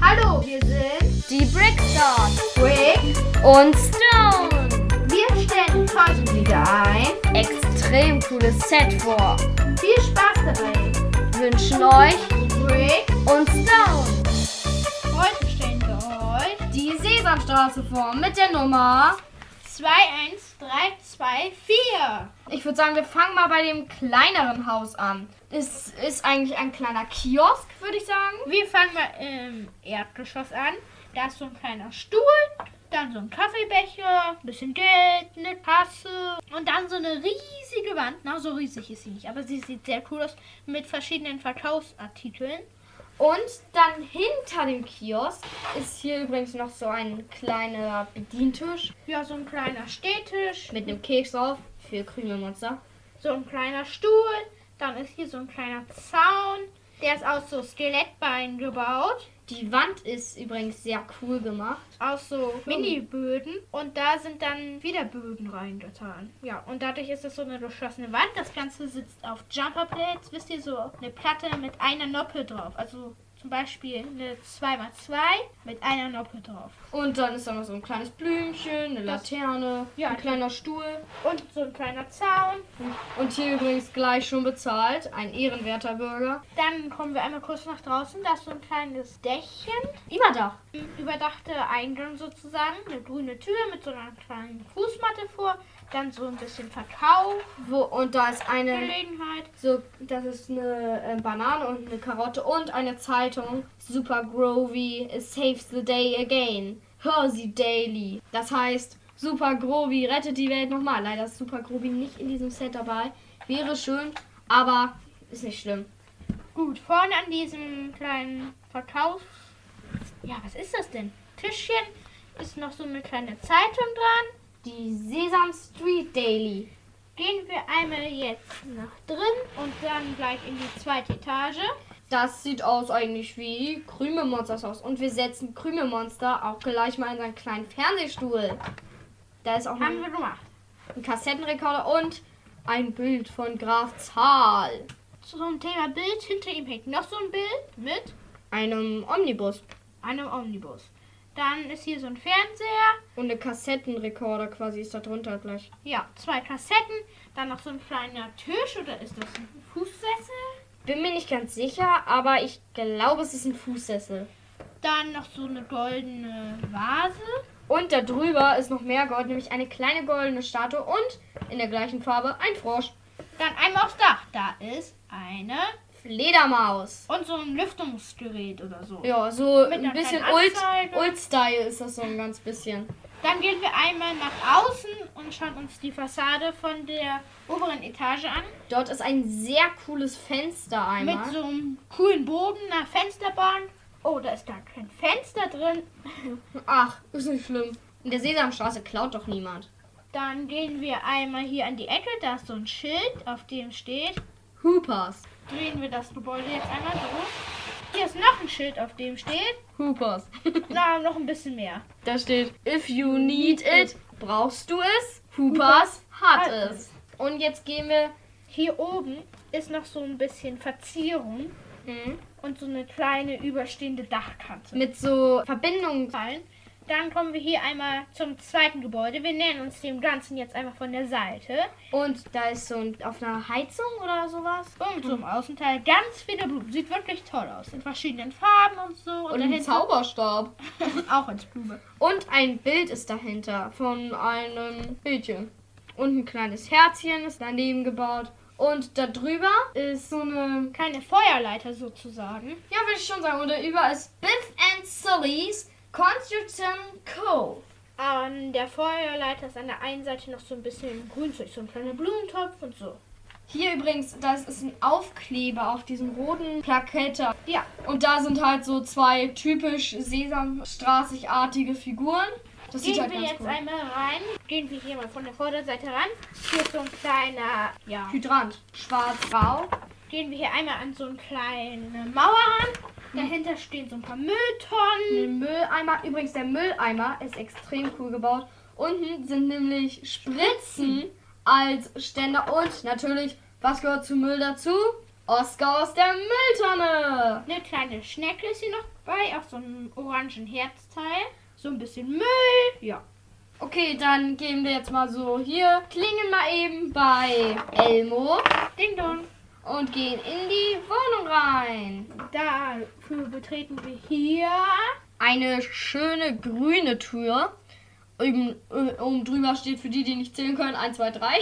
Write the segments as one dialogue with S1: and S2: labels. S1: Hallo, wir sind
S2: Die Brickstars
S1: Rick.
S2: und Stone.
S1: Wir stellen heute wieder ein.
S2: Extrem cooles Set vor.
S1: Viel Spaß dabei.
S2: Wünschen euch
S1: Rick,
S2: und Stone
S1: heute stellen wir euch
S2: die Sesamstraße vor mit der Nummer.
S1: 21324.
S2: Ich würde sagen, wir fangen mal bei dem kleineren Haus an. Es ist eigentlich ein kleiner Kiosk, würde ich sagen.
S1: Wir fangen mal im Erdgeschoss an. Da ist so ein kleiner Stuhl, dann so ein Kaffeebecher, ein bisschen Geld, eine Tasse und dann so eine riesige Wand. Na, so riesig ist sie nicht, aber sie sieht sehr cool aus mit verschiedenen Verkaufsartikeln.
S2: Und dann hinter dem Kiosk ist hier übrigens noch so ein kleiner Bedientisch
S1: Ja, so ein kleiner Stehtisch,
S2: mit einem Keks drauf für Krümelmonster.
S1: so ein kleiner Stuhl, dann ist hier so ein kleiner Zaun. Der ist aus so Skelettbeinen gebaut,
S2: Die Wand ist übrigens sehr cool gemacht.
S1: aus so Mini-Böden und da sind dann wieder Böden reingetan. Ja, und dadurch ist es so eine geschlossene Wand. Das Ganze sitzt auf Jumperplates, wisst ihr, so eine Platte mit einer Noppe drauf. Also zum Beispiel eine 2x2 mit einer Noppe drauf.
S2: Und dann ist da noch so ein kleines Blümchen, eine
S1: Das-
S2: Laterne,
S1: Ja,
S2: ein kleiner Stuhl.
S1: Und so ein kleiner Zaun.
S2: Und hier übrigens gleich schon bezahlt, ein ehrenwerter Bürger.
S1: Dann kommen wir einmal kurz nach draußen. Da ist so ein kleines Dächchen.
S2: Immer da.
S1: Ein überdachter Eingang sozusagen. Eine grüne Tür mit so einer kleinen Fußmatte vor. Dann so ein bisschen Verkauf,
S2: Wo, und da ist eine,
S1: Gelegenheit.
S2: so, das ist eine äh, Banane und eine Karotte und eine Zeitung. Super Grovy it saves the day again. Hör sie daily. Das heißt, Super Grovy rettet die Welt nochmal. Leider ist Super Grovy nicht in diesem Set dabei. Wäre schön, aber ist nicht schlimm.
S1: Gut, vorne an diesem kleinen Verkauf. Ja, was ist das denn? Tischchen ist noch so eine kleine Zeitung dran.
S2: Die Sesam Street Daily.
S1: Gehen wir einmal jetzt nach drin und dann gleich in die zweite Etage.
S2: Das sieht aus eigentlich wie Krümelmonsters aus. Und wir setzen Krümelmonster auch gleich mal in seinen kleinen Fernsehstuhl. Da ist auch noch
S1: Haben
S2: ein
S1: wir gemacht.
S2: Kassettenrekorder und ein Bild von Graf Zahl.
S1: Zum Thema Bild. Hinter ihm hängt noch so ein Bild mit
S2: Einem Omnibus.
S1: einem Omnibus. Dann ist hier so ein Fernseher.
S2: Und eine Kassettenrekorder quasi ist da drunter gleich.
S1: Ja, zwei Kassetten. Dann noch so ein kleiner Tisch oder ist das ein Fußsessel?
S2: Bin mir nicht ganz sicher, aber ich glaube, es ist ein Fußsessel.
S1: Dann noch so eine goldene Vase.
S2: Und da drüber ist noch mehr Gold, nämlich eine kleine goldene Statue und in der gleichen Farbe ein Frosch.
S1: Dann einmal aufs Dach. Da ist eine.
S2: Fledermaus.
S1: Und so ein Lüftungsgerät oder so.
S2: Ja, so
S1: Mit einer
S2: ein bisschen
S1: kleinen
S2: old,
S1: Anzeige.
S2: old Style ist das so ein ganz bisschen.
S1: Dann gehen wir einmal nach außen und schauen uns die Fassade von der oberen Etage an.
S2: Dort ist ein sehr cooles Fenster einmal.
S1: Mit so einem coolen Bogen, einer Fensterbahn. Oh, da ist gar kein Fenster drin.
S2: Ach, ist nicht schlimm. In der Sesamstraße klaut doch niemand.
S1: Dann gehen wir einmal hier an die Ecke. Da ist so ein Schild, auf dem steht
S2: Hoopers.
S1: drehen wir das Gebäude jetzt einmal so. Hier ist noch ein Schild, auf dem steht.
S2: Hoopers.
S1: Na, noch ein bisschen mehr.
S2: da steht, if you need it, brauchst du es. Hoopers hat
S1: hat
S2: es. Und jetzt gehen wir.
S1: Hier oben ist noch so ein bisschen Verzierung
S2: hm,
S1: und so eine kleine überstehende Dachkante.
S2: Mit so Verbindungen.
S1: Fallen. Dann kommen wir hier einmal zum zweiten Gebäude. Wir nähern uns dem Ganzen jetzt einfach von der Seite.
S2: Und da ist so ein, auf einer Heizung oder sowas.
S1: Und so im Außenteil ganz viele Blumen. Sieht wirklich toll aus. In verschiedenen Farben und so.
S2: Und ein Zauberstab.
S1: auch als Blume.
S2: Und ein Bild ist dahinter von einem Mädchen. Und ein kleines Herzchen ist daneben gebaut. Und da drüber ist so eine.
S1: Keine Feuerleiter sozusagen.
S2: Ja, würde ich schon sagen. Und da über ist Biff and Sully's Construction Co.
S1: An der Feuerleiter ist an der einen Seite noch so ein bisschen Grünzeug. So ein kleiner Blumentopf und so.
S2: Hier übrigens, das ist ein Aufkleber auf diesem roten Plakette.
S1: Ja.
S2: Und da sind halt so zwei typisch sesamstraßigartige Figuren. Das
S1: Gehen
S2: sieht halt
S1: wir
S2: ganz
S1: jetzt
S2: cool.
S1: einmal rein. Gehen wir hier mal von der Vorderseite ran. Hier ist so ein kleiner, ja.
S2: Hydrant. Schwarz-grau.
S1: Gehen wir hier einmal an so eine kleine Mauer ran. Dahinter stehen so ein paar Mülltonnen.
S2: Den Mülleimer, übrigens der Mülleimer ist extrem cool gebaut. Unten sind nämlich Spritzen als Ständer und natürlich, was gehört zu Müll dazu? Oscar aus der Mülltonne.
S1: Eine kleine Schnecke ist hier noch bei, auch so ein orangen Herzteil. So ein bisschen Müll. Ja.
S2: Okay, dann gehen wir jetzt mal so hier, klingen mal eben bei Elmo
S1: Ding dong.
S2: und gehen in die Wohnung rein.
S1: Dafür betreten wir hier.
S2: Eine schöne grüne Tür. Oben, äh, oben drüber steht für die, die nicht zählen können, 1, 2, 3.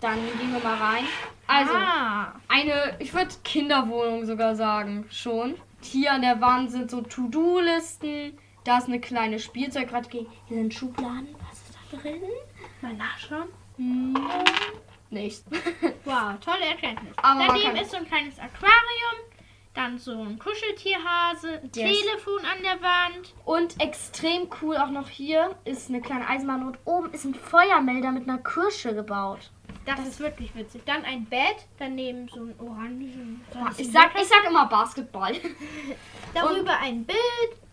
S2: Dann gehen wir mal rein. Also,
S1: Ah,
S2: eine, ich würde Kinderwohnung sogar sagen, schon. Hier an der Wand sind so To-Do-Listen. Da ist eine kleine Spielzeugrad.
S1: hier sind Schubladen. Was ist da drin? Mal nachschauen.
S2: Nichts.
S1: Wow, tolle Erkenntnis.
S2: Aber man
S1: Daneben
S2: kann-
S1: ist so ein kleines Aquarium. Dann so ein Kuscheltierhase. ein
S2: Yes.
S1: Telefon an der Wand.
S2: Und extrem cool auch noch hier ist eine kleine Eisenbahn und oben ist ein Feuermelder mit einer Kirsche gebaut.
S1: Das, ist wirklich witzig. Dann ein Bett. Daneben so ein orangen. so ein
S2: Ich sag, ich sag immer Basketball.
S1: Darüber ein Bild.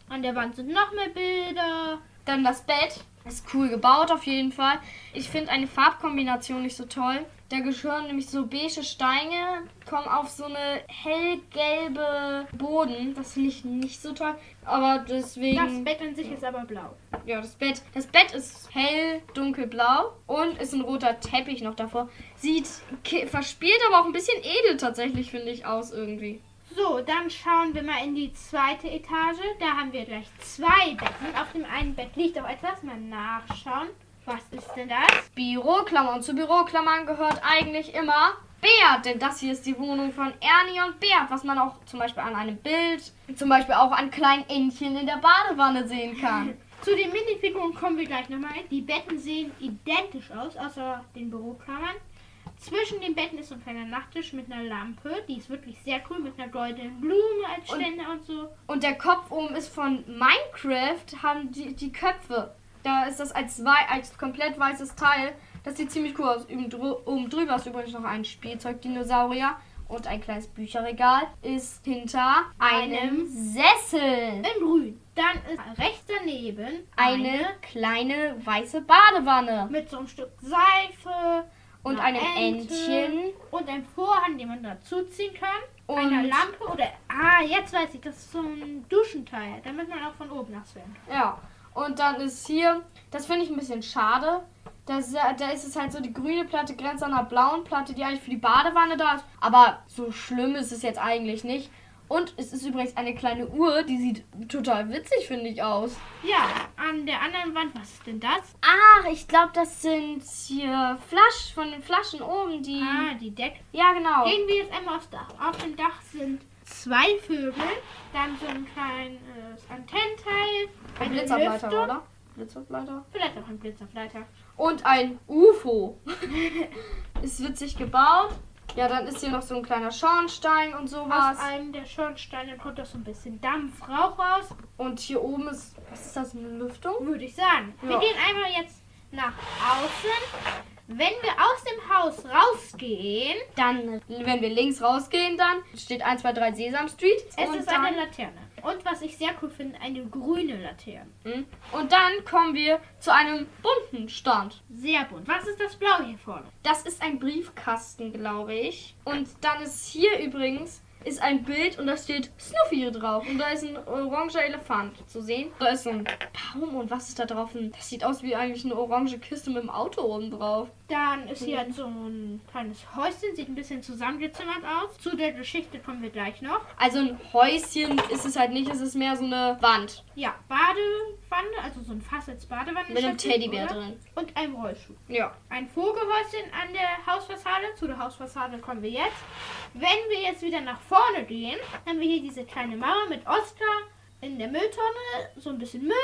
S1: An der Wand sind noch mehr Bilder.
S2: Dann das Bett. Ist cool gebaut auf jeden Fall. Ich finde eine Farbkombination nicht so toll. Da gehören nämlich so beige Steine, kommen auf so eine hellgelbe Boden. Das finde ich nicht so toll. Aber
S1: Das
S2: deswegen.
S1: Bett an sich ist aber blau.
S2: ja, das Bett. Das Bett ist hell, dunkelblau und ist ein roter Teppich noch davor. Sieht ki- verspielt, aber auch ein bisschen edel tatsächlich, finde ich, aus irgendwie.
S1: So, dann schauen wir mal in die zweite Etage. Da haben wir gleich zwei Betten. Auf dem einen Bett liegt auch etwas. Mal nachschauen. Was ist denn das?
S2: Büroklammern. Zu Büroklammern gehört eigentlich immer Bert, denn das hier ist die Wohnung von Ernie und Bert, was man auch zum Beispiel an einem Bild, zum Beispiel auch an kleinen Entchen in der Badewanne sehen kann.
S1: Zu den Minifiguren kommen wir gleich nochmal. Die Betten sehen identisch aus, außer den Büroklammern. Zwischen den Betten ist so ein kleiner Nachttisch mit einer Lampe. Die ist wirklich sehr cool, mit einer goldenen Blume als
S2: Und-
S1: Ständer und so.
S2: Und der Kopf oben ist von Minecraft, haben die, die Köpfe. Da ist das als, wei- als komplett weißes Teil. Das sieht ziemlich cool aus. Üben drü- Oben drüber ist übrigens noch ein Spielzeugdinosaurier und ein kleines Bücherregal ist hinter einem
S1: Einem
S2: Sessel.
S1: In grün. Dann ist rechts daneben
S2: Eine kleine weiße Badewanne
S1: mit so einem Stück Seife
S2: und
S1: einer
S2: einem
S1: Ente
S2: Entchen.
S1: und einem Vorhang, den man dazu ziehen kann.
S2: Und
S1: einer Lampe oder. Ah, jetzt weiß ich, das ist so ein Duschenteil, damit man auch von oben nass werden kann.
S2: Ja, und dann ist hier, das finde ich ein bisschen schade. Da ist, ja- da ist es halt so, die grüne Platte grenzt an der blauen Platte, die eigentlich für die Badewanne da ist. Aber so schlimm ist es jetzt eigentlich nicht. Und es ist übrigens eine kleine Uhr, die sieht total witzig, finde ich, aus.
S1: Ja, an der anderen Wand, was ist denn das?
S2: Ach, ich glaube, das sind hier Flaschen von den Flaschen oben, die.
S1: Ah, die Decke.
S2: Ja, genau.
S1: Gehen wir jetzt einmal aufs Dach. Auf dem Dach sind zwei Vögel, dann so ein kleines Antennenteil,
S2: Ein
S1: eine
S2: Blitzableiter,
S1: Lüftung,
S2: oder? Blitzableiter.
S1: vielleicht auch ein Blitzableiter.
S2: und ein UFO. ist witzig gebaut. Ja, dann ist hier noch so ein kleiner Schornstein und sowas.
S1: Aus einem der Schornsteine kommt doch so ein bisschen Dampf, Rauch raus,
S2: Und hier oben ist, was ist das, eine Lüftung?
S1: würde ich sagen. Wir
S2: Ja.
S1: gehen einmal jetzt nach außen. Wenn wir aus dem Haus rausgehen,
S2: Dann, wenn wir links rausgehen, dann steht 1, 2, 3 Sesam Street.
S1: Es
S2: und,
S1: ist
S2: dann,
S1: eine Laterne. Und was ich sehr cool finde, eine grüne Laterne.
S2: Mhm. und dann kommen wir zu einem bunten Stand.
S1: Sehr bunt. Was ist das Blau hier vorne?
S2: Das ist ein Briefkasten, glaube ich. Und dann ist hier übrigens ist ein Bild und da steht Snuffy drauf. Und da ist ein oranger Elefant zu sehen. Da ist so ein Baum und was ist da drauf? Ein- Das sieht aus wie eigentlich eine orange Kiste mit dem Auto oben drauf.
S1: Dann ist hier so ein kleines Häuschen, sieht ein bisschen zusammengezimmert aus. Zu der Geschichte kommen wir gleich noch.
S2: Also ein Häuschen ist es halt nicht, es ist mehr so eine Wand
S1: Ja, Badewanne, also so ein Fass als Badewanne.
S2: mit einem
S1: stattfinden,
S2: Teddybär
S1: oder?
S2: drin.
S1: Und einem Rollschuh.
S2: Ja.
S1: Ein Vogelhäuschen an der Hausfassade. Zu der Hausfassade kommen wir jetzt. Wenn wir jetzt wieder nach vorne gehen, haben wir hier diese kleine Mauer mit Oscar in der Mülltonne, so ein bisschen Müll,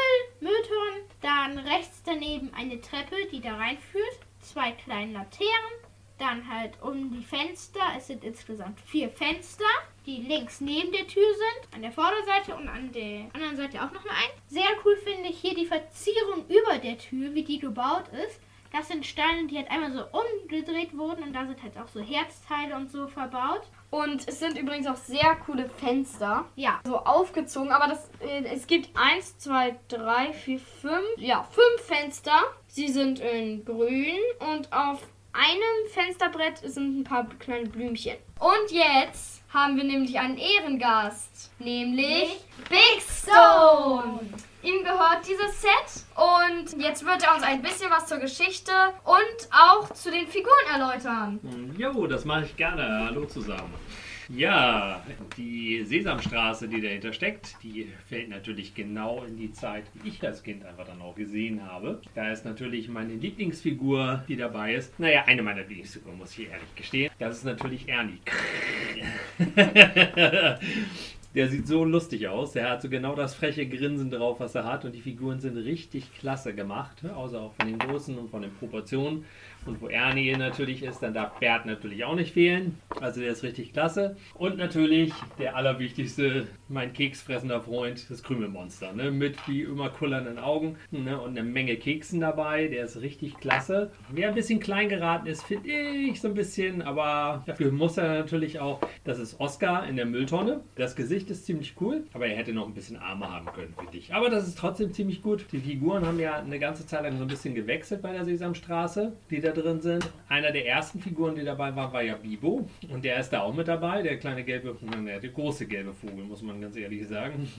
S1: Mülltonnen. Dann rechts daneben eine Treppe, die da reinführt. Zwei kleine Laternen. Dann halt um die Fenster. Es sind insgesamt vier Fenster, die links neben der Tür sind. An der Vorderseite und an der anderen Seite auch nochmal ein. Sehr cool finde ich hier die Verzierung über der Tür, wie die gebaut ist. Das sind Steine, die halt einmal so umgedreht wurden und da sind halt auch so Herzteile und so verbaut.
S2: Und es sind übrigens auch sehr coole Fenster.
S1: Ja,
S2: so aufgezogen, aber das, äh, es gibt 1, 2, 3, 4, 5, ja, fünf Fenster. Sie sind in grün und auf einem Fensterbrett sind ein paar kleine Blümchen. Und jetzt haben wir nämlich einen Ehrengast, nämlich Big Stone. Ihm gehört dieses Set und jetzt wird er uns ein bisschen was zur Geschichte und auch zu den Figuren erläutern.
S3: Jo, das mache ich gerne. Hallo zusammen. Ja, die Sesamstraße, die dahinter steckt, die fällt natürlich genau in die Zeit, die ich als Kind einfach dann auch gesehen habe. Da ist natürlich meine Lieblingsfigur, die dabei ist. Naja, eine meiner Lieblingsfiguren, muss ich ehrlich gestehen. Das ist natürlich Ernie. Der sieht so lustig aus. Der hat so genau das freche Grinsen drauf, was er hat. Und die Figuren sind richtig klasse gemacht. ne? Außer auch von den Größen und von den Proportionen. Und wo Ernie natürlich ist, dann darf Bert natürlich auch nicht fehlen. Also der ist richtig klasse. Und natürlich der allerwichtigste, mein keksfressender Freund, das Krümelmonster. Ne? Mit wie immer kullernden Augen ne? und eine Menge Keksen dabei. Der ist richtig klasse. Wer ein bisschen klein geraten ist, finde ich so ein bisschen. Aber dafür muss er natürlich auch. Das ist Oscar in der Mülltonne. Das Gesicht ist ziemlich cool. Aber er hätte noch ein bisschen Arme haben können, finde ich. Aber das ist trotzdem ziemlich gut. Die Figuren haben ja eine ganze Zeit lang so ein bisschen gewechselt bei der Sesamstraße. Die da da drin sind. Einer der ersten Figuren, die dabei war, war ja Bibo. Und der ist da auch mit dabei. Der kleine gelbe, nein, der große gelbe Vogel, muss man ganz ehrlich sagen.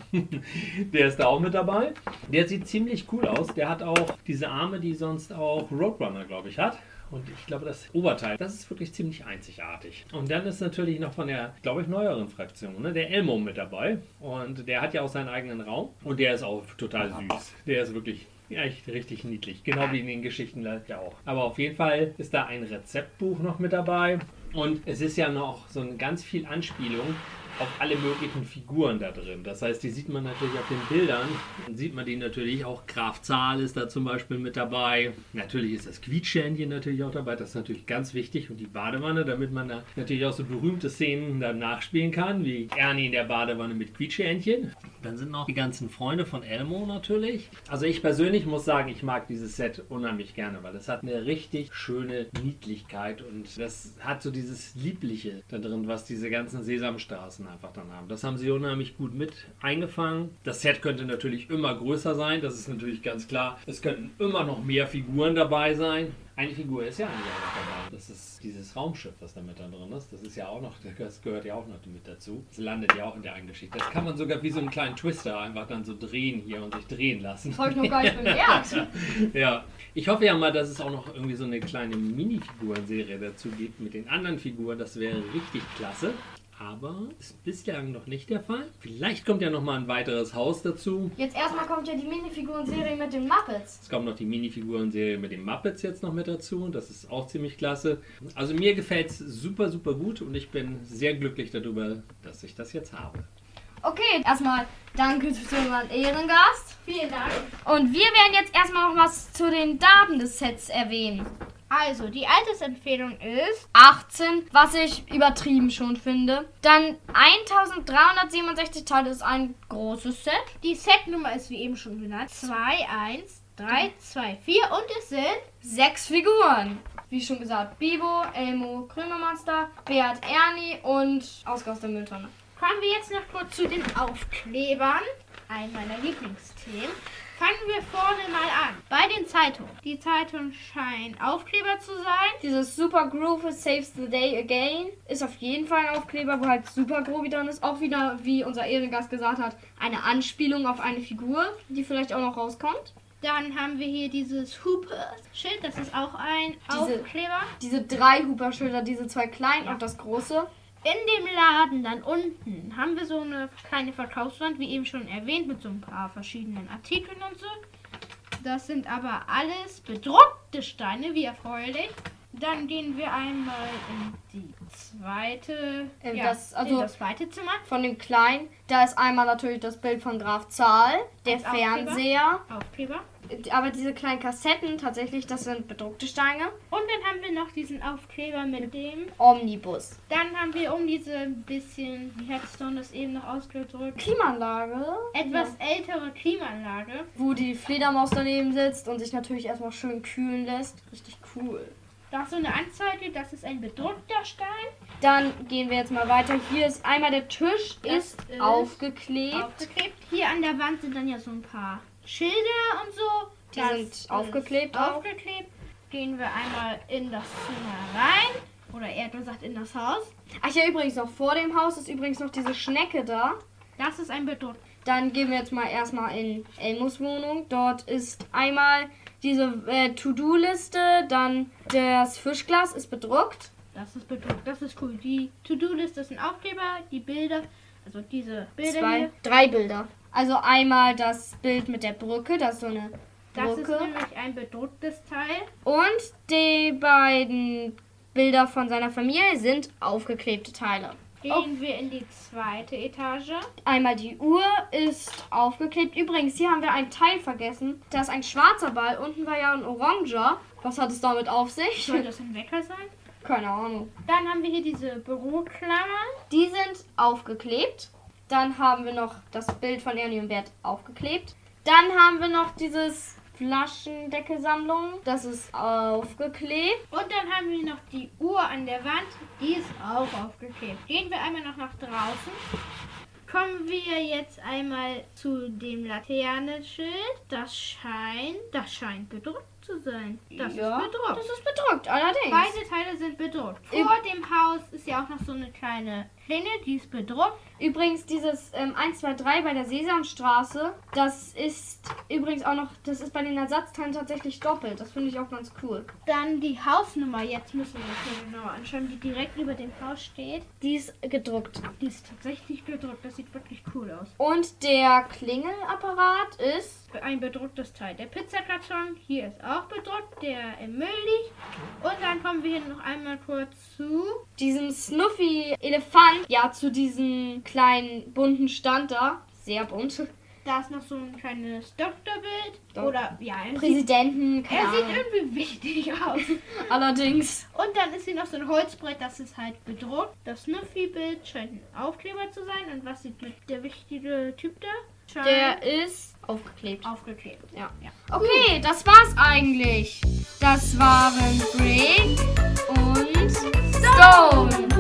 S3: der ist da auch mit dabei. Der sieht ziemlich cool aus. Der hat auch diese Arme, die sonst auch Roadrunner, glaube ich, hat. Und ich glaube, das Oberteil, das ist wirklich ziemlich einzigartig. Und dann ist natürlich noch von der, glaube ich, neueren Fraktion, ne, der Elmo mit dabei. Und der hat ja auch seinen eigenen Raum. Und der ist auch total süß. Der ist wirklich ja, echt richtig niedlich. Genau wie in den Geschichten ja auch. Aber auf jeden Fall ist da ein Rezeptbuch noch mit dabei. Und es ist ja noch so ein ganz viel Anspielung auf alle möglichen Figuren da drin. Das heißt, die sieht man natürlich auf den Bildern. Dann sieht man die natürlich auch. Graf Zahl ist da zum Beispiel mit dabei. Natürlich ist das Quietschhändchen natürlich auch dabei. Das ist natürlich ganz wichtig. Und die Badewanne, damit man da natürlich auch so berühmte Szenen dann nachspielen kann, wie Ernie in der Badewanne mit Quietschhändchen. Dann sind noch die ganzen Freunde von Elmo natürlich. Also ich persönlich muss sagen, ich mag dieses Set unheimlich gerne, weil es hat eine richtig schöne Niedlichkeit und das hat so dieses Liebliche da drin, was diese ganzen Sesamstraßen einfach dann haben. Das haben sie unheimlich gut mit eingefangen. Das Set könnte natürlich immer größer sein, das ist natürlich ganz klar. Es könnten immer noch mehr Figuren dabei sein. Eine Figur ist ja eigentlich auch noch dabei. Das ist dieses Raumschiff, was da mit da drin ist. Das ist ja auch noch, das gehört ja auch noch mit dazu. Das landet ja auch in der einen Geschichte. Das kann man sogar wie so einen kleinen Twister einfach dann so drehen hier und sich drehen lassen.
S2: Das habe ich noch gar nicht bemerkt.
S3: ja. Ich hoffe ja mal, dass es auch noch irgendwie so eine kleine Minifigurenserie dazu gibt mit den anderen Figuren. Das wäre richtig klasse. Aber ist bislang noch nicht der Fall. Vielleicht kommt ja noch mal ein weiteres Haus dazu.
S2: Jetzt erstmal kommt ja die Minifiguren-Serie mit den Muppets.
S3: Es kommt noch die Minifiguren-Serie mit den Muppets jetzt noch mit dazu. Das ist auch ziemlich klasse. Also mir gefällt es super, super gut und ich bin sehr glücklich darüber, dass ich das jetzt habe.
S2: Okay, erstmal danke für unseren Ehrengast.
S1: Vielen Dank.
S2: Und wir werden jetzt erstmal noch was zu den Daten des Sets erwähnen.
S1: Also, die Altersempfehlung ist
S2: 18, was ich übertrieben schon finde. Dann 1367 Teile ist ein großes Set.
S1: Die Setnummer ist wie eben schon genannt 21324 und es sind
S2: Sechs Figuren. Wie schon gesagt, Bibo, Elmo, Krümelmonster, Beat, Ernie und Oscar aus der Mülltonne.
S1: Kommen wir jetzt noch kurz zu den Aufklebern. Ein meiner Lieblingsthemen. Fangen wir vorne mal an. Bei den Zeitungen. Die Zeitungen scheinen Aufkleber zu sein.
S2: Dieses Super Groove Saves the Day Again ist auf jeden Fall ein Aufkleber, wo halt Super Groovy dran ist. Auch wieder, wie unser Ehrengast gesagt hat, eine Anspielung auf eine Figur, die vielleicht auch noch rauskommt.
S1: Dann haben wir hier dieses Hupe-Schild. Das ist auch ein
S2: Diese-
S1: Aufkleber.
S2: Diese drei Hooper-Schilder, diese zwei kleinen und das große.
S1: In dem Laden dann unten haben wir so eine kleine Verkaufswand, wie eben schon erwähnt, mit so ein paar verschiedenen Artikeln und so. Das sind aber alles bedruckte Steine, wie erfreulich. Dann gehen wir einmal in die zweite,
S2: Ähm, das- also-
S1: in das zweite Zimmer.
S2: Von dem kleinen, da ist einmal natürlich das Bild von Graf Zahl, der
S1: Als Aufkleber?
S2: Fernseher.
S1: Aufkleber.
S2: Aber diese kleinen Kassetten tatsächlich, das sind bedruckte Steine.
S1: Und dann haben wir noch diesen Aufkleber mit dem.
S2: Omnibus.
S1: Dann haben wir um diese bisschen, wie hat Stone das eben noch ausgedrückt,
S2: Klimaanlage.
S1: etwas ältere Klimaanlage.
S2: Wo die Fledermaus daneben sitzt und sich natürlich erstmal schön kühlen lässt. Richtig cool.
S1: Da ist so eine Anzeige, das ist ein bedruckter Stein.
S2: Dann gehen wir jetzt mal weiter. Hier ist einmal der Tisch,
S1: Das
S2: ist,
S1: ist
S2: aufgeklebt.
S1: aufgeklebt. Hier an der Wand sind dann ja so ein paar Schilder und so.
S2: Die
S1: Das
S2: sind
S1: ist
S2: aufgeklebt auch.
S1: Aufgeklebt. gehen wir einmal in das Zimmer rein. Oder eher gesagt in das Haus.
S2: Ach ja, übrigens noch vor dem Haus ist übrigens noch diese Schnecke da.
S1: Das ist ein Beton.
S2: Dann gehen wir jetzt mal erstmal in Elmos Wohnung. Dort ist einmal diese äh, To-Do-Liste, dann das Fischglas ist bedruckt.
S1: Das ist Beton. Das ist cool. Die To-Do-Liste ist ein Aufkleber. Die Bilder, also diese Bilder
S2: Zwei,
S1: hier.
S2: drei Bilder. Also einmal das Bild mit der Brücke, das ist so eine
S1: Das ist
S2: Brücke.
S1: nämlich ein bedrucktes Teil.
S2: Und die beiden Bilder von seiner Familie sind aufgeklebte Teile.
S1: Gehen wir in die zweite Etage.
S2: Einmal die Uhr ist aufgeklebt. Übrigens, hier haben wir einen Teil vergessen. Da ist ein schwarzer Ball, unten war ja ein oranger. Was hat es damit auf sich?
S1: Soll das ein Wecker sein?
S2: Keine Ahnung.
S1: Dann haben wir hier diese Büroklammer.
S2: Die sind aufgeklebt. Dann haben wir noch das Bild von Ernie und Bert aufgeklebt. Dann haben wir noch dieses Flaschendeckelsammlung. Das ist aufgeklebt.
S1: Und dann haben wir noch die Uhr an der Wand. Die ist auch aufgeklebt. Gehen wir einmal noch nach draußen. Kommen wir jetzt einmal zu dem Laternenschild. Das scheint, das scheint bedruckt zu sein. Das
S2: Ja,
S1: ist bedruckt.
S2: Das ist bedruckt, allerdings.
S1: Beide Teile sind bedruckt. Vor dem Haus ist ja auch noch so eine kleine Klinge, die ist bedruckt.
S2: Übrigens, dieses ähm, 1, 2, 3 bei der Sesamstraße, das ist übrigens auch noch, das ist bei den Ersatzteilen tatsächlich doppelt. Das finde ich auch ganz cool.
S1: Dann die Hausnummer. Jetzt müssen wir uns hier genauer anschauen, die direkt über dem Haus steht.
S2: Die ist gedruckt.
S1: Die ist tatsächlich bedruckt. Das sieht wirklich cool aus.
S2: Und der Klingelapparat ist.
S1: ein bedrucktes Teil. Der Pizzakarton hier ist auch bedruckt, der im Müll liegt. Und dann kommen wir hier noch einmal kurz zu.
S2: diesem Snuffy-Elefant, ja, zu diesem kleinen bunten Stand da, sehr bunt,
S1: Da ist noch so ein kleines Doktorbild.
S2: Dok-
S1: Oder ja, er sieht,
S2: Präsidenten, keine
S1: er sieht
S2: Ahnung.
S1: irgendwie wichtig aus.
S2: Allerdings.
S1: Und dann ist hier noch so ein Holzbrett, das ist halt bedruckt. Das Snuffy-Bild scheint ein Aufkleber zu sein. Und was sieht mit der wichtige Typ da? Scheint
S2: Der ist aufgeklebt.
S1: aufgeklebt.
S2: Ja.
S1: Ja.
S2: Okay, das war's eigentlich. Das waren Brick und Stone.